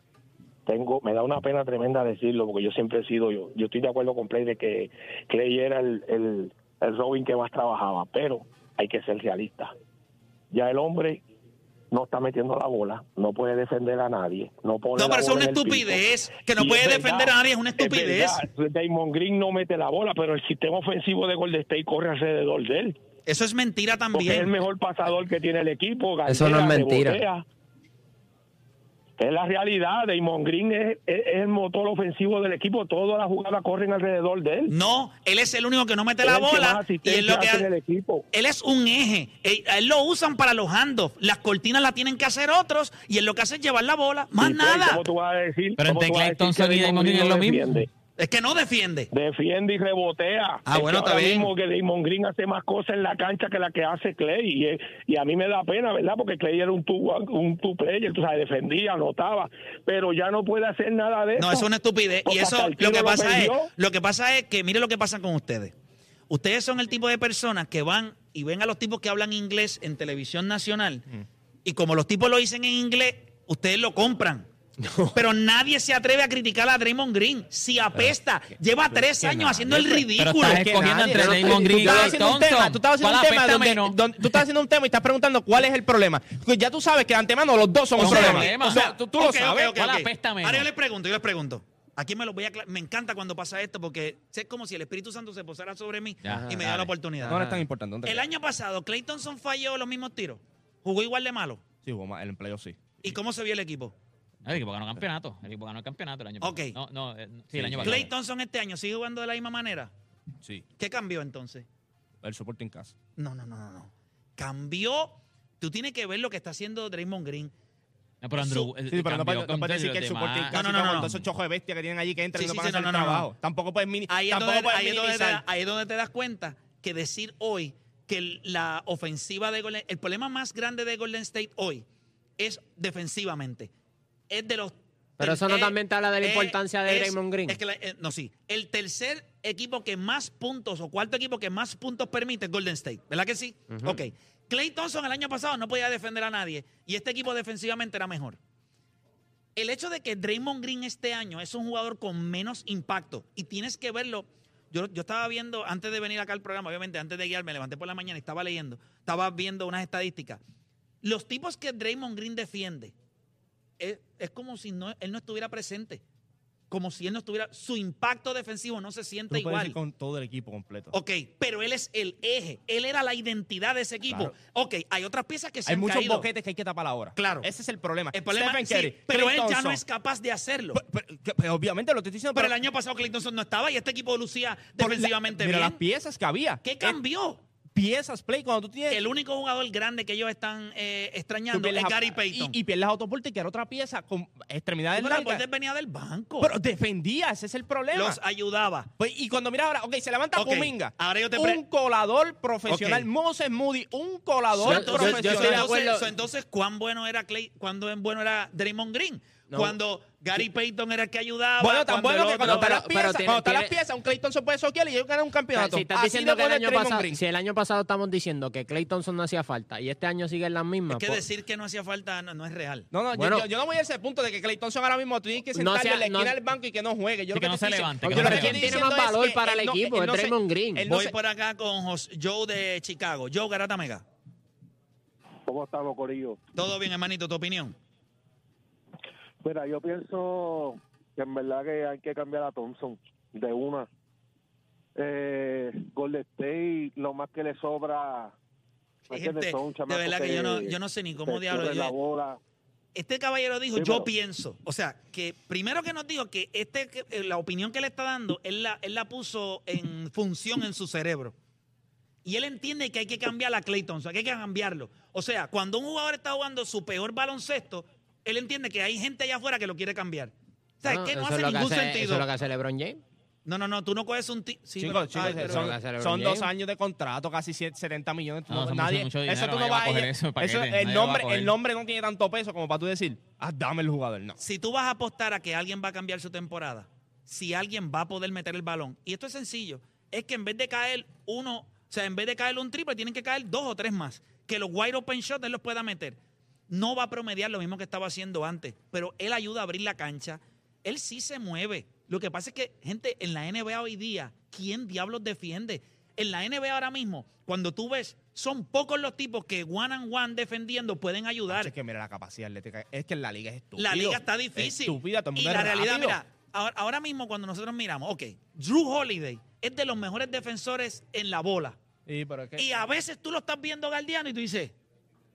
Speaker 5: tengo, me da una pena tremenda decirlo, porque yo siempre he sido yo. Yo estoy de acuerdo con Clay de que Clay era el, el, el Robin que más trabajaba, pero hay que ser realista. Ya el hombre no está metiendo la bola, no puede defender a nadie, no pone
Speaker 1: No,
Speaker 5: la
Speaker 1: pero eso es
Speaker 5: bola
Speaker 1: una
Speaker 5: en el piso.
Speaker 1: estupidez. Que no
Speaker 5: Y
Speaker 1: puede
Speaker 5: es
Speaker 1: defender a nadie es una estupidez.
Speaker 5: verdad, Damon Green no mete la bola, pero el sistema ofensivo de Golden State corre alrededor de él.
Speaker 1: Eso es mentira
Speaker 5: Porque es el
Speaker 1: también.
Speaker 5: mejor pasador que tiene el equipo.
Speaker 4: Eso no es
Speaker 5: Gardera,
Speaker 4: mentira.
Speaker 5: rebotea. Es la realidad. Damon Green es, es- es el motor ofensivo del equipo. Todas las jugadas corren alrededor de él.
Speaker 1: No, él es el único que no mete
Speaker 5: Es
Speaker 1: la
Speaker 5: el que más
Speaker 1: bola y
Speaker 5: asistencia
Speaker 1: es lo que
Speaker 5: hace en el
Speaker 1: ha-
Speaker 5: equipo.
Speaker 1: él es un eje. Él, a él lo usan para los handoffs. Las cortinas las tienen que hacer otros y él lo que hace es llevar la bola. Más
Speaker 5: Y, Clay,
Speaker 1: nada.
Speaker 5: ¿Cómo tú vas a decir?
Speaker 2: Pero
Speaker 5: cómo
Speaker 2: entre
Speaker 5: tú vas a
Speaker 2: Clay
Speaker 5: decir que
Speaker 2: Thompson y Damon Green
Speaker 5: no
Speaker 2: es lo mismo.
Speaker 5: defiende?
Speaker 1: Es que no defiende.
Speaker 5: Defiende y rebotea.
Speaker 1: Ah,
Speaker 5: Es
Speaker 1: bueno,
Speaker 5: que
Speaker 1: está
Speaker 5: ahora
Speaker 1: bien.
Speaker 5: mismo que Damon Green hace más cosas en la cancha que la que hace Clay. Y, y a mí me da pena, ¿verdad? Porque Clay era un two, un two player, tú sabes, defendía, anotaba, pero ya no puede hacer nada de eso.
Speaker 1: No, eso es una estupidez. Y
Speaker 5: Porque
Speaker 1: eso
Speaker 5: hasta el
Speaker 1: lo
Speaker 5: tiro
Speaker 1: que
Speaker 5: lo
Speaker 1: pasa es,
Speaker 5: perdió.
Speaker 1: lo que pasa es que mire lo que pasa con ustedes. Ustedes son el tipo de personas que van y ven a los tipos que hablan inglés en televisión nacional y como los tipos lo dicen en inglés, ustedes lo compran. Pero nadie se atreve a criticar a Draymond Green. Si apesta, lleva tres años haciendo el
Speaker 2: Pero
Speaker 1: ridículo.
Speaker 2: estás
Speaker 1: Que-
Speaker 2: escogiendo
Speaker 4: nadie,
Speaker 2: entre
Speaker 4: no,
Speaker 2: Damon
Speaker 4: tú
Speaker 2: Green y
Speaker 3: Tú estabas
Speaker 2: Clay
Speaker 3: haciendo un tema,
Speaker 2: Thompson.
Speaker 3: tú estabas haciendo
Speaker 2: ¿Cuál
Speaker 3: un tema,
Speaker 2: apesta
Speaker 3: donde-
Speaker 2: menos?
Speaker 3: donde- tú estabas haciendo un tema y estás preguntando cuál es el problema. Pues ya tú sabes que de antemano los dos son un
Speaker 2: Son
Speaker 3: problema.
Speaker 2: problemas.
Speaker 3: O sea, tú, tú
Speaker 1: Ok, ok,
Speaker 3: lo sabes.
Speaker 1: ok,
Speaker 2: ¿Cuál
Speaker 1: ok.
Speaker 2: apesta menos?
Speaker 1: Ahora yo les pregunto, yo les pregunto. Aquí me lo voy a acla- Me encanta cuando pasa esto porque es como si el Espíritu Santo se posara sobre mí
Speaker 2: Ya,
Speaker 1: y me da
Speaker 2: dale.
Speaker 1: la oportunidad.
Speaker 3: No, no es tan importante. no te
Speaker 1: El
Speaker 3: creas.
Speaker 1: año pasado, Clay Thompson falló los mismos tiros. Jugó igual de malo.
Speaker 3: Sí, hubo más, el empleo sí.
Speaker 1: ¿Y cómo se vio el equipo?
Speaker 2: El equipo ganó campeonato. El equipo ganó el campeonato el año pasado.
Speaker 1: Ok.
Speaker 2: No, no, eh, sí, el año pasado.
Speaker 1: Clay Thompson este año sigue jugando de la misma manera.
Speaker 3: Sí,
Speaker 1: ¿Qué cambió entonces?
Speaker 3: el soporte en casa.
Speaker 1: No, no, no, no, no. Cambió. Tú tienes que ver lo que está haciendo Draymond Green.
Speaker 2: No, pero Andrew.
Speaker 1: Su-
Speaker 2: el-
Speaker 3: Sí, pero
Speaker 2: cambió
Speaker 3: no puedes no
Speaker 2: con
Speaker 3: puedes decir que el
Speaker 2: los
Speaker 3: soporte en
Speaker 2: demás.
Speaker 3: casa
Speaker 1: No, no,
Speaker 3: y
Speaker 1: no,
Speaker 3: como
Speaker 1: no.
Speaker 3: todos esos chojos de bestias que tienen allí que entran
Speaker 1: Sí,
Speaker 3: y no
Speaker 1: sí,
Speaker 3: van a
Speaker 1: sí,
Speaker 3: hacer
Speaker 1: no,
Speaker 3: el
Speaker 1: no, no, no.
Speaker 3: trabajo. Tampoco puedes mini.
Speaker 1: Ahí es,
Speaker 3: Tampoco
Speaker 1: donde,
Speaker 3: puedes
Speaker 1: ahí es donde te,
Speaker 3: minimizar.
Speaker 1: da- ahí es donde te das cuenta que decir hoy que el- la ofensiva de Golden el problema más grande de Golden State hoy es defensivamente. Es de los
Speaker 4: Pero eso no
Speaker 1: eh,
Speaker 4: también te habla de la importancia de Draymond Green.
Speaker 1: es que la- eh, no, sí. El tercer equipo que más puntos o cuarto equipo que más puntos permite es Golden State. ¿Verdad que sí? Ok. Clay Thompson el año pasado no podía defender a nadie y este equipo defensivamente era mejor. El hecho de que Draymond Green este año es un jugador con menos impacto y tienes que verlo. Yo, yo estaba viendo, antes de venir acá al programa, obviamente antes de guiarme, levanté por la mañana y estaba leyendo, estaba viendo unas estadísticas. Los tipos que Draymond Green defiende, es, es como si no, él no estuviera presente. Como si él no estuviera. Su impacto defensivo no se
Speaker 3: Tú
Speaker 1: siente
Speaker 3: no puedes
Speaker 1: igual.
Speaker 3: ir con todo el equipo completo.
Speaker 1: Ok, pero él es el eje. Él era la identidad de ese equipo.
Speaker 3: Claro.
Speaker 1: Ok, hay otras piezas que se
Speaker 3: Hay
Speaker 1: han
Speaker 3: muchos
Speaker 1: caído.
Speaker 3: boquetes que hay que tapar ahora.
Speaker 1: Claro.
Speaker 3: Ese es el problema.
Speaker 1: El problema
Speaker 3: Stephen
Speaker 1: sí,
Speaker 3: Curry,
Speaker 1: pero
Speaker 3: Klay
Speaker 1: él ya no
Speaker 3: Thompson.
Speaker 1: es capaz de hacerlo.
Speaker 3: Pe- pe- que- pe- obviamente lo que estoy diciendo.
Speaker 1: Pero el año pasado Clinton no estaba y este equipo lucía
Speaker 3: por la-
Speaker 1: defensivamente
Speaker 3: mira las
Speaker 1: bien.
Speaker 3: piezas que había.
Speaker 1: ¿Qué
Speaker 3: Eh,
Speaker 1: cambió?
Speaker 3: piezas, play, cuando tú tienes.
Speaker 1: El único jugador grande que ellos están eh,
Speaker 3: tú
Speaker 1: extrañando es
Speaker 3: pierdes a-
Speaker 1: Gary Payton.
Speaker 3: Y, y pierdes a Otto Porter, que era otra pieza con extremidades
Speaker 1: Pero la
Speaker 3: largas.
Speaker 1: Porter venía del banco.
Speaker 3: Pero defendía, ese es el problema.
Speaker 1: Los ayudaba.
Speaker 3: Pues, y cuando mira ahora, ok, se levanta
Speaker 1: Ok,
Speaker 3: Kuminga.
Speaker 1: ahora yo te pre-
Speaker 3: un colador profesional.
Speaker 1: Ok.
Speaker 3: Moses Moody, un colador
Speaker 4: Yo- yo- yo
Speaker 3: profesional.
Speaker 4: estoy de
Speaker 1: entonces,
Speaker 4: acuerdo.
Speaker 1: so, entonces, ¿cuán bueno era Clay? ¿Cuándo en bueno era Draymond Green?
Speaker 4: No.
Speaker 1: Cuando Gary Payton era el que ayudaba.
Speaker 3: Bueno, tan
Speaker 1: cuando el
Speaker 3: bueno que
Speaker 1: otro-
Speaker 3: cuando están
Speaker 4: pero-
Speaker 3: las
Speaker 4: pero
Speaker 3: piezas,
Speaker 4: tiene-
Speaker 3: cuando están las
Speaker 4: tiene-
Speaker 3: piezas, un Clayton se puede soquear y ellos ganan un
Speaker 4: O sea,
Speaker 3: campeonato.
Speaker 4: si estás
Speaker 3: Así
Speaker 4: diciendo
Speaker 3: lo
Speaker 4: que el
Speaker 3: pone
Speaker 4: año
Speaker 3: Draymond
Speaker 4: pasado,
Speaker 3: Green.
Speaker 4: si el año pasado estamos diciendo que Clay Thompson no hacía falta y este año sigue en las mismas, pues,
Speaker 1: Es que
Speaker 4: po-
Speaker 1: decir que no hacía falta no, no es real.
Speaker 3: No, no, yo-
Speaker 4: Bueno.
Speaker 3: yo, yo no voy a ese punto de que Clay Thompson ahora mismo tiene que
Speaker 4: No
Speaker 3: sentarlo
Speaker 4: sea-
Speaker 3: en la esquina
Speaker 4: no-
Speaker 3: del banco y que no juegue. Yo
Speaker 2: Sí,
Speaker 3: lo
Speaker 2: que no
Speaker 3: te
Speaker 2: se
Speaker 3: estoy
Speaker 2: levante, que
Speaker 3: diciendo-
Speaker 2: no
Speaker 3: lo
Speaker 2: se levante.
Speaker 3: estoy
Speaker 4: ¿Quién tiene
Speaker 3: diciendo
Speaker 4: más
Speaker 3: es
Speaker 4: valor
Speaker 3: que
Speaker 4: para
Speaker 3: él
Speaker 4: el
Speaker 3: no-
Speaker 4: equipo?
Speaker 3: él
Speaker 4: Es
Speaker 3: no se-
Speaker 4: Draymond Green.
Speaker 3: él no
Speaker 1: Voy
Speaker 3: se-
Speaker 1: por acá con Jos- Joe de Chicago. Joe Garatamega.
Speaker 5: ¿Cómo estamos, Corillo?
Speaker 1: Todo bien, hermanito, tu opinión.
Speaker 5: Mira, yo pienso que en verdad que hay que cambiar a Thompson de una. Eh, Golden State, lo más que le sobra. ¿me entiendes?
Speaker 1: Gente,
Speaker 5: Son un
Speaker 1: de
Speaker 5: chamaco
Speaker 1: verdad que yo no, yo no sé ni cómo
Speaker 5: se
Speaker 1: diablo.
Speaker 5: corre la
Speaker 1: yo-
Speaker 5: bola.
Speaker 1: este caballero dijo,
Speaker 5: Sí,
Speaker 1: yo
Speaker 5: pero-
Speaker 1: pienso. O sea, que primero que nos dijo que este, que, eh, la opinión que le está dando, él la, él la puso en función en su cerebro. Y él entiende que hay que cambiar a Clayton, o sea, que hay que cambiarlo. O sea, cuando un jugador está jugando su peor baloncesto, él entiende que hay gente allá afuera que lo quiere cambiar. O sea,
Speaker 4: No,
Speaker 1: es que no
Speaker 4: eso
Speaker 1: hace
Speaker 4: es lo que
Speaker 1: ningún
Speaker 4: Eso es lo
Speaker 1: sentido.
Speaker 4: que hace LeBron James.
Speaker 1: No, no, no, tú no coges un... ti- sí,
Speaker 3: Chicos,
Speaker 1: pero-
Speaker 3: chicos,
Speaker 1: ay, pero-
Speaker 3: son,
Speaker 4: pero-
Speaker 3: son dos años de contrato, casi siete- 70 millones. tú
Speaker 2: No,
Speaker 3: no-
Speaker 2: son mucho-
Speaker 3: nadie,
Speaker 2: mucho
Speaker 3: eso
Speaker 2: dinero,
Speaker 3: tú no
Speaker 2: nadie
Speaker 3: vas a
Speaker 2: coger
Speaker 3: ir-
Speaker 2: eso, paquete,
Speaker 3: eso-
Speaker 2: nadie
Speaker 3: el,
Speaker 2: lo va a
Speaker 3: nombre,
Speaker 2: coger.
Speaker 3: el nombre no tiene tanto peso como para tú decir, ah, dame el jugador. No.
Speaker 1: Si tú vas a apostar a que alguien va a cambiar su temporada, si alguien va a poder meter el balón, y esto es sencillo, es que en vez de caer uno, o sea, en vez de caer un triple, tienen que caer dos o tres más, que los wide open shots él los pueda meter. No va a promediar lo mismo que estaba haciendo antes, pero él ayuda a abrir la cancha, Él sí se mueve. Lo que pasa es que, gente, en la NBA hoy día, ¿quién diablos defiende? En la NBA ahora mismo, cuando tú ves, son pocos los tipos que one and one defendiendo pueden ayudar.
Speaker 3: Es que mira la capacidad atlética. Es que en la liga es estúpida.
Speaker 1: La liga está difícil.
Speaker 3: Estúpida, todo el
Speaker 1: y
Speaker 3: mundo
Speaker 1: la
Speaker 3: es
Speaker 1: realidad,
Speaker 3: rápido.
Speaker 1: mira, ahora, ahora mismo cuando nosotros miramos, ok, Drew Holiday es de los mejores defensores en la bola.
Speaker 3: Sí, pero es que-
Speaker 1: Y a veces tú lo estás viendo Galdiano y tú dices,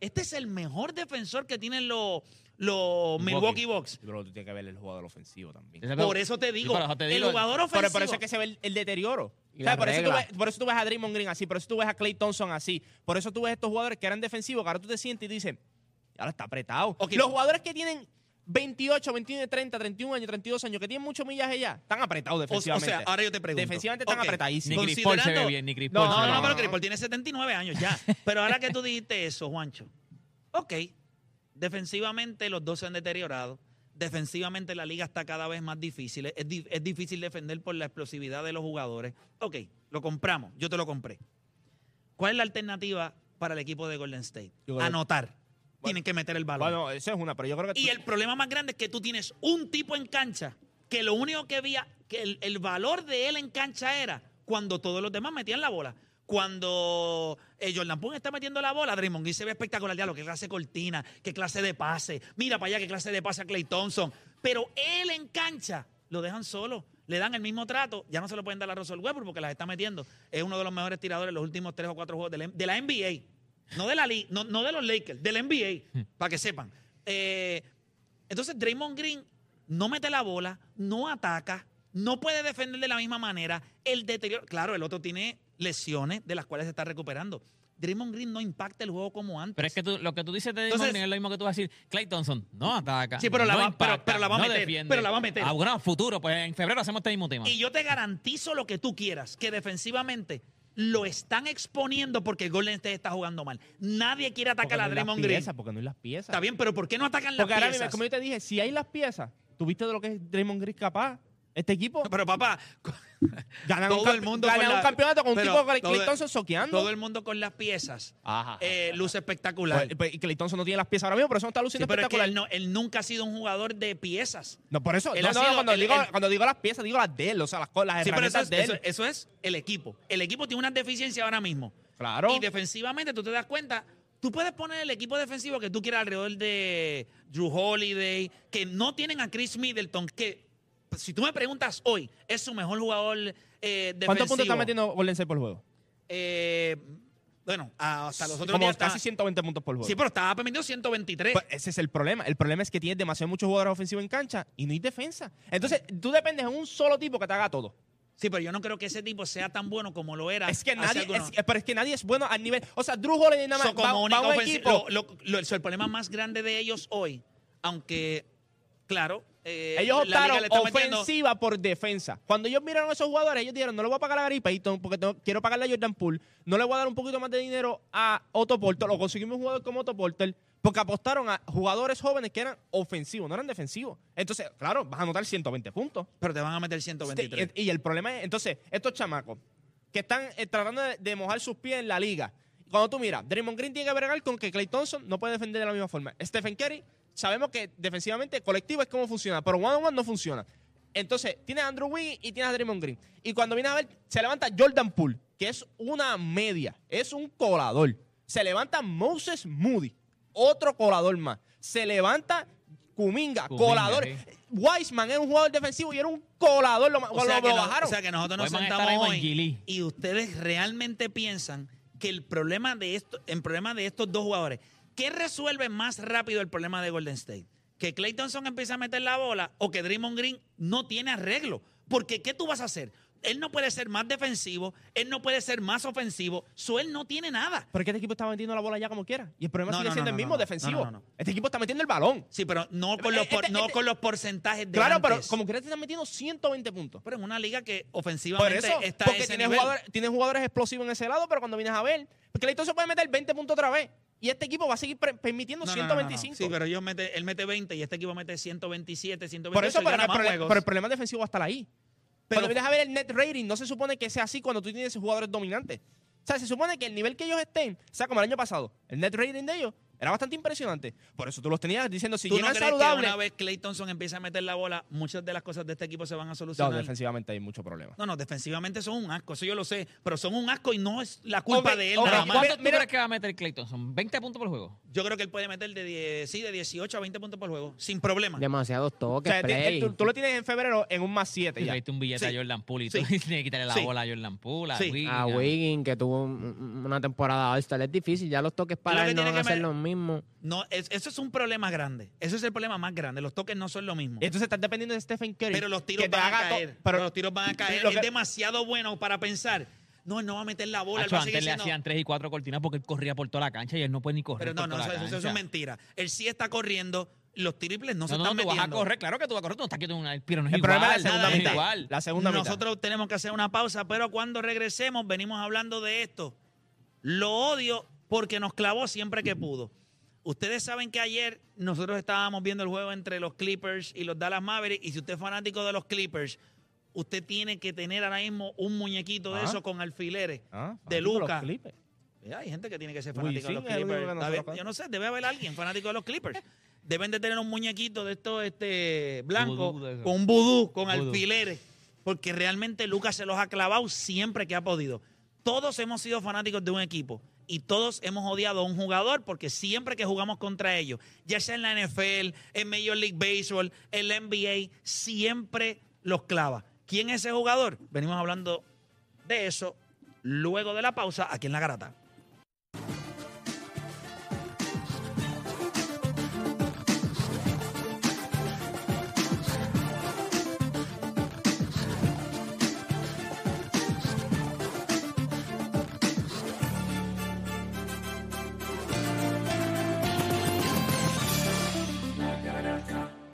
Speaker 1: este es el mejor defensor que tienen los los Milwaukee Bucks.
Speaker 3: Pero tú tienes que ver el jugador ofensivo también.
Speaker 1: Por eso te digo,
Speaker 2: Sí, por eso te
Speaker 1: el
Speaker 2: digo.
Speaker 1: jugador
Speaker 3: Pero
Speaker 1: ofensivo.
Speaker 3: por eso es que se ve el, el deterioro.
Speaker 4: Y
Speaker 3: O sea,
Speaker 4: la
Speaker 3: por, eso tú
Speaker 4: regla.
Speaker 3: ves, por eso tú ves a Draymond Green así, por eso tú ves a Clay Thompson así, por eso tú ves a estos jugadores que eran defensivos, que ahora tú te sientes y dices, ahora está apretado.
Speaker 1: Ok.
Speaker 3: Los jugadores que tienen 28, 29, 30, 31 años, 32 años, que tienen mucho millaje ya, están apretados
Speaker 1: o, o
Speaker 3: defensivamente.
Speaker 1: sea, ahora yo te pregunto.
Speaker 3: Defensivamente están
Speaker 1: ok,
Speaker 2: Ni
Speaker 3: apretadísimos.
Speaker 2: Chris Paul se ve
Speaker 1: considerando-
Speaker 2: bien, ni Chris
Speaker 1: No,
Speaker 2: Paul se
Speaker 1: no,
Speaker 2: ve
Speaker 1: no,
Speaker 2: bien.
Speaker 1: pero Chris Paul tiene 79 años ya. Pero ahora que tú dijiste eso, Juancho, ok, defensivamente los dos se han deteriorado. Defensivamente la liga está cada vez más difícil. Es, di- es difícil defender por la explosividad de los jugadores. Ok, lo compramos. Yo te lo compré. ¿Cuál es la alternativa para el equipo de Golden State?
Speaker 3: Yo creo-
Speaker 1: Anotar. Tienen que meter el balón.
Speaker 3: Bueno, eso es una, pero yo creo que...
Speaker 1: Y
Speaker 3: tú-
Speaker 1: el problema más grande es que tú tienes un tipo en cancha que lo único que veía, que el, el valor de él en cancha era cuando todos los demás metían la bola. Cuando eh, Jordan Poole está metiendo la bola, Draymond Green se ve espectacular. Diablo, qué clase de cortina, qué clase de pase. Mira para allá qué clase de pase a Clay Thompson. Pero él en cancha lo dejan solo. Le dan el mismo trato. Ya no se lo pueden dar a Russell Westbrook porque las está metiendo. Es uno de los mejores tiradores de los últimos tres o cuatro juegos de la, de la NBA. No de la li- no, no de los Lakers, del NBA, para que sepan. Eh, entonces, Draymond Green no mete la bola, no ataca, no puede defender de la misma manera. El deterioro. Claro, el otro tiene lesiones de las cuales se está recuperando. Draymond Green no impacta el juego como antes.
Speaker 2: Pero es que tú- lo que tú dices de Draymond
Speaker 1: Entonces-
Speaker 2: Green es lo mismo que tú vas a decir, Clay Thompson no ataca.
Speaker 1: Sí, pero la
Speaker 2: no
Speaker 1: va-
Speaker 2: impacta,
Speaker 1: pero- pero la va a
Speaker 2: no
Speaker 1: meter,
Speaker 2: defiende.
Speaker 1: pero la va a meter.
Speaker 2: Ah, bueno, futuro, pues en febrero hacemos este mismo tema.
Speaker 1: Y yo te garantizo lo que tú quieras, que defensivamente lo están exponiendo porque Golden State está jugando mal. Nadie quiere
Speaker 3: porque
Speaker 1: atacar
Speaker 3: no
Speaker 1: a
Speaker 3: hay las
Speaker 1: Draymond Green.
Speaker 3: piezas, Porque no hay las piezas.
Speaker 1: Está bien, pero ¿por qué no atacan las
Speaker 3: Porque ahora mismo,
Speaker 1: piezas?
Speaker 3: como yo te dije, si hay las piezas, tuviste de lo que es Draymond Green capaz. Este equipo
Speaker 1: Pero papá,
Speaker 3: gana un,
Speaker 1: todo el
Speaker 3: campe-
Speaker 1: mundo
Speaker 3: ganan
Speaker 1: con la-
Speaker 3: un campeonato con un
Speaker 1: Pero
Speaker 3: tipo con
Speaker 1: todo-
Speaker 3: Clay Thompson soqueando.
Speaker 1: todo el mundo con las piezas.
Speaker 3: Ajá.
Speaker 1: eh, luce espectacular.
Speaker 3: Pues, pues, y Clay Thompson no tiene las piezas ahora mismo, por eso no está
Speaker 1: Sí,
Speaker 3: luciendo
Speaker 1: pero es que
Speaker 3: espectacular.
Speaker 1: él, no- él nunca ha sido un jugador de piezas.
Speaker 3: No, por eso.
Speaker 1: Él
Speaker 3: no,
Speaker 1: ha
Speaker 3: no,
Speaker 1: sido-
Speaker 3: cuando,
Speaker 1: él-
Speaker 3: digo,
Speaker 1: él-
Speaker 3: cuando digo las piezas, digo las de él, o sea, las, co- las
Speaker 1: Sí, pero eso
Speaker 3: herramientas
Speaker 1: es,
Speaker 3: de él.
Speaker 1: eso- eso es el equipo. El equipo tiene unas deficiencias ahora mismo.
Speaker 3: Claro.
Speaker 1: Y defensivamente, tú te das cuenta, tú puedes poner el equipo defensivo que tú quieras alrededor de Drew Holiday, que no tienen a Chris Middleton, que pues, si tú me preguntas hoy, es su mejor jugador eh, defensivo.
Speaker 3: ¿Cuántos puntos está metiendo Golden State por juego?
Speaker 1: Eh, bueno, hasta los otros
Speaker 3: Como
Speaker 1: días
Speaker 3: casi
Speaker 1: estaba-
Speaker 3: 120 puntos por juego.
Speaker 1: Sí, pero estaba permitiendo 123.
Speaker 3: Pues ese es el problema. El problema es que tienes demasiado muchos jugadores ofensivos en cancha y no hay defensa. Entonces, tú dependes de un solo tipo que te haga todo.
Speaker 1: Sí, pero yo no creo que ese tipo sea tan bueno como lo era.
Speaker 3: Es que
Speaker 1: hace
Speaker 3: nadie,
Speaker 1: algunos-
Speaker 3: es, que- pero es que nadie es bueno al nivel. O sea, Drew Holiday nada más
Speaker 1: So, como
Speaker 3: va,
Speaker 1: única
Speaker 3: va a un
Speaker 1: ofensi-
Speaker 3: equipo.
Speaker 1: lo- lo- lo- el problema más grande de ellos hoy, aunque, claro, eh,
Speaker 3: ellos
Speaker 1: la liga
Speaker 3: optaron
Speaker 1: le está metiendo-
Speaker 3: ofensiva por defensa. Cuando ellos miraron a esos jugadores, ellos dijeron, no le voy a pagar a Gary Payton porque tengo- quiero pagarle a Jordan Poole. No le voy a dar un poquito más de dinero a Otto Porter. O conseguimos un jugador como Otto Porter porque apostaron a jugadores jóvenes que eran ofensivos, no eran defensivos. Entonces, claro, vas a anotar 120 puntos.
Speaker 1: pero te van a meter 123.
Speaker 3: Este, y, y el problema es, entonces, estos chamacos que están eh, tratando de, de mojar sus pies en la liga. Cuando tú miras, Draymond Green tiene que bregar con que Clay Thompson no puede defender de la misma forma. Stephen Curry, sabemos que defensivamente colectivo es como funciona, pero one on one no funciona. Entonces, tienes a Andrew Wiggins y tienes a Draymond Green. Y cuando viene a ver, se levanta Jordan Poole, que es una media, es un colador. Se levanta Moses Moody, otro colador más. Se levanta Kuminga,
Speaker 2: Kuminga,
Speaker 3: colador.
Speaker 2: sí.
Speaker 3: Wiseman era un jugador defensivo y era un colador. Lo, ma-
Speaker 1: O
Speaker 3: lo-
Speaker 1: sea,
Speaker 3: lo
Speaker 1: que no-
Speaker 3: bajaron.
Speaker 1: o sea que nosotros nos
Speaker 2: Hoy van a
Speaker 1: sentamos
Speaker 2: estar ahí
Speaker 1: hoy
Speaker 2: con Gili.
Speaker 1: y ustedes realmente piensan que el problema de esto, el problema de estos dos jugadores, ¿qué resuelve más rápido el problema de Golden State? ¿Que Clay Thompson empiece a meter la bola o que Draymond Green no tiene arreglo? Porque ¿qué tú vas a hacer? Él no puede ser más defensivo, él no puede ser más ofensivo, so él no tiene nada.
Speaker 3: pero es que este equipo está metiendo la bola ya como quiera. Y el problema
Speaker 1: No,
Speaker 3: sigue
Speaker 1: no,
Speaker 3: siendo
Speaker 1: no,
Speaker 3: el
Speaker 1: no,
Speaker 3: mismo
Speaker 1: no.
Speaker 3: defensivo.
Speaker 1: No, no, no.
Speaker 3: Este equipo está metiendo el balón.
Speaker 1: Sí, pero no con los, por-
Speaker 3: Este-
Speaker 1: no
Speaker 3: este-
Speaker 1: con los porcentajes de
Speaker 3: claro, pero
Speaker 1: antes.
Speaker 3: como quiera te están metiendo 120 puntos.
Speaker 1: Pero en una liga que
Speaker 3: Por
Speaker 1: ofensivamente
Speaker 3: eso,
Speaker 1: está a
Speaker 3: porque
Speaker 1: ese
Speaker 3: tienes
Speaker 1: nivel.
Speaker 3: jugadores, tienes jugadores explosivos en ese lado, pero cuando vienes a ver, Clay Thompson puede meter 20 puntos otra vez. Y este equipo va a seguir pre- permitiendo
Speaker 1: No, no, no, no, no.
Speaker 3: 125.
Speaker 1: Sí, pero ellos mete, él mete 20 y este equipo mete 127, 128.
Speaker 3: Por eso,
Speaker 1: y
Speaker 3: pero
Speaker 1: gana
Speaker 3: el,
Speaker 1: más
Speaker 3: problema-
Speaker 1: juegos.
Speaker 3: pero el problema defensivo va a estar ahí.
Speaker 1: Pero-
Speaker 3: Pero cuando vienes a ver el net rating, no se supone que sea así cuando tú tienes jugadores dominantes. O sea, se supone que el nivel que ellos estén, o sea, como el año pasado, el net rating de ellos Era bastante impresionante. Por eso tú los tenías diciendo, si
Speaker 1: ¿Tú no
Speaker 3: llegan
Speaker 1: crees
Speaker 3: saludables.
Speaker 1: que una vez Clay Thompson empieza a meter la bola, muchas de las cosas de este equipo se van a
Speaker 3: No,
Speaker 1: solucionar?
Speaker 3: defensivamente hay mucho problema.
Speaker 1: No, no, defensivamente son un asco, eso yo lo sé, pero son un asco y no es la culpa
Speaker 3: Hombre,
Speaker 1: de él
Speaker 3: hombre,
Speaker 1: nada
Speaker 2: ¿Cuánto
Speaker 1: más.
Speaker 3: mira,
Speaker 2: tú
Speaker 3: mira-
Speaker 2: crees que va a meter Clay Thompson? ¿20 puntos por juego?
Speaker 1: Yo creo que él puede meter de 10, sí, de 18 a 20 puntos por juego, sin problema.
Speaker 4: Demasiados
Speaker 3: O
Speaker 4: toques,
Speaker 3: sea, ti-
Speaker 4: play.
Speaker 3: tú, tú lo tienes en febrero en un más
Speaker 2: Te
Speaker 3: 7 ya.
Speaker 2: traiste un billete
Speaker 1: Sí.
Speaker 2: a Jordan Poole y
Speaker 1: Sí.
Speaker 2: tú tienes que quitarle la
Speaker 1: Sí.
Speaker 2: bola a Jordan Poole, a
Speaker 1: Sí.
Speaker 2: Wiggins,
Speaker 4: a Wiggin, que tuvo un- una temporada all Es difícil, ya los toques
Speaker 1: Lo
Speaker 4: para
Speaker 1: que
Speaker 4: él no
Speaker 1: tiene
Speaker 4: van a
Speaker 1: que
Speaker 4: ser
Speaker 1: me-
Speaker 4: los mismos.
Speaker 1: No, es- eso es un problema grande. Eso es el problema más grande. Los toques no son lo mismo.
Speaker 3: Entonces estás dependiendo de Stephen Curry.
Speaker 1: Pero los tiros
Speaker 3: que te
Speaker 1: van a
Speaker 3: haga to-
Speaker 1: caer. Pero los tiros van a caer.
Speaker 3: lo
Speaker 1: Es
Speaker 3: que-
Speaker 1: demasiado bueno para pensar. No, él no va a meter la bola. él
Speaker 2: Hacho,
Speaker 1: va a
Speaker 2: antes
Speaker 1: seguir
Speaker 2: le
Speaker 1: siendo-
Speaker 2: hacían tres y cuatro cortinas porque él corría por toda la cancha y él no puede ni correr
Speaker 1: Pero no,
Speaker 2: por
Speaker 1: no,
Speaker 2: toda
Speaker 1: eso,
Speaker 2: la
Speaker 1: eso- eso
Speaker 2: cancha.
Speaker 1: es mentira. Él sí está corriendo. Los triples no, se
Speaker 2: No, no,
Speaker 1: están
Speaker 2: no, tú vas a
Speaker 1: metiendo.
Speaker 2: correr, claro que tú vas a correr, tú no estás quieto en una... Pero no es
Speaker 3: El
Speaker 2: igual,
Speaker 3: problema es la segunda
Speaker 2: nada,
Speaker 1: mitad.
Speaker 2: es igual.
Speaker 3: La segunda mitad.
Speaker 1: Nosotros tenemos que hacer una pausa, pero cuando regresemos venimos hablando de esto. Lo odio porque nos clavó siempre que pudo. Ustedes saben que ayer nosotros estábamos viendo el juego entre los Clippers y los Dallas Mavericks y si usted es fanático de los Clippers, usted tiene que tener ahora mismo un muñequito de
Speaker 3: Ah.
Speaker 1: eso con alfileres
Speaker 3: Ah,
Speaker 1: de
Speaker 3: fanático los
Speaker 1: Luca.
Speaker 3: Clippers.
Speaker 1: Eh, Hay gente que tiene que ser fanático de los
Speaker 3: Wisin es el único
Speaker 1: Clippers.
Speaker 3: que no
Speaker 1: Está
Speaker 3: se
Speaker 1: bien,
Speaker 3: lo conoce.
Speaker 1: Yo no sé, debe haber alguien fanático de los Clippers. Deben de tener un muñequito de estos este, blancos,
Speaker 2: Vudú de esos.
Speaker 1: con un vudú, con
Speaker 2: Vudú.
Speaker 1: alfileres. Porque realmente Lucas se los ha clavado siempre que ha podido. Todos hemos sido fanáticos de un equipo y todos hemos odiado a un jugador porque siempre que jugamos contra ellos, ya sea en la NFL, en Major League Baseball, en la NBA, siempre los clava. ¿Quién es ese jugador? Venimos hablando de eso luego de la pausa aquí en La Garata.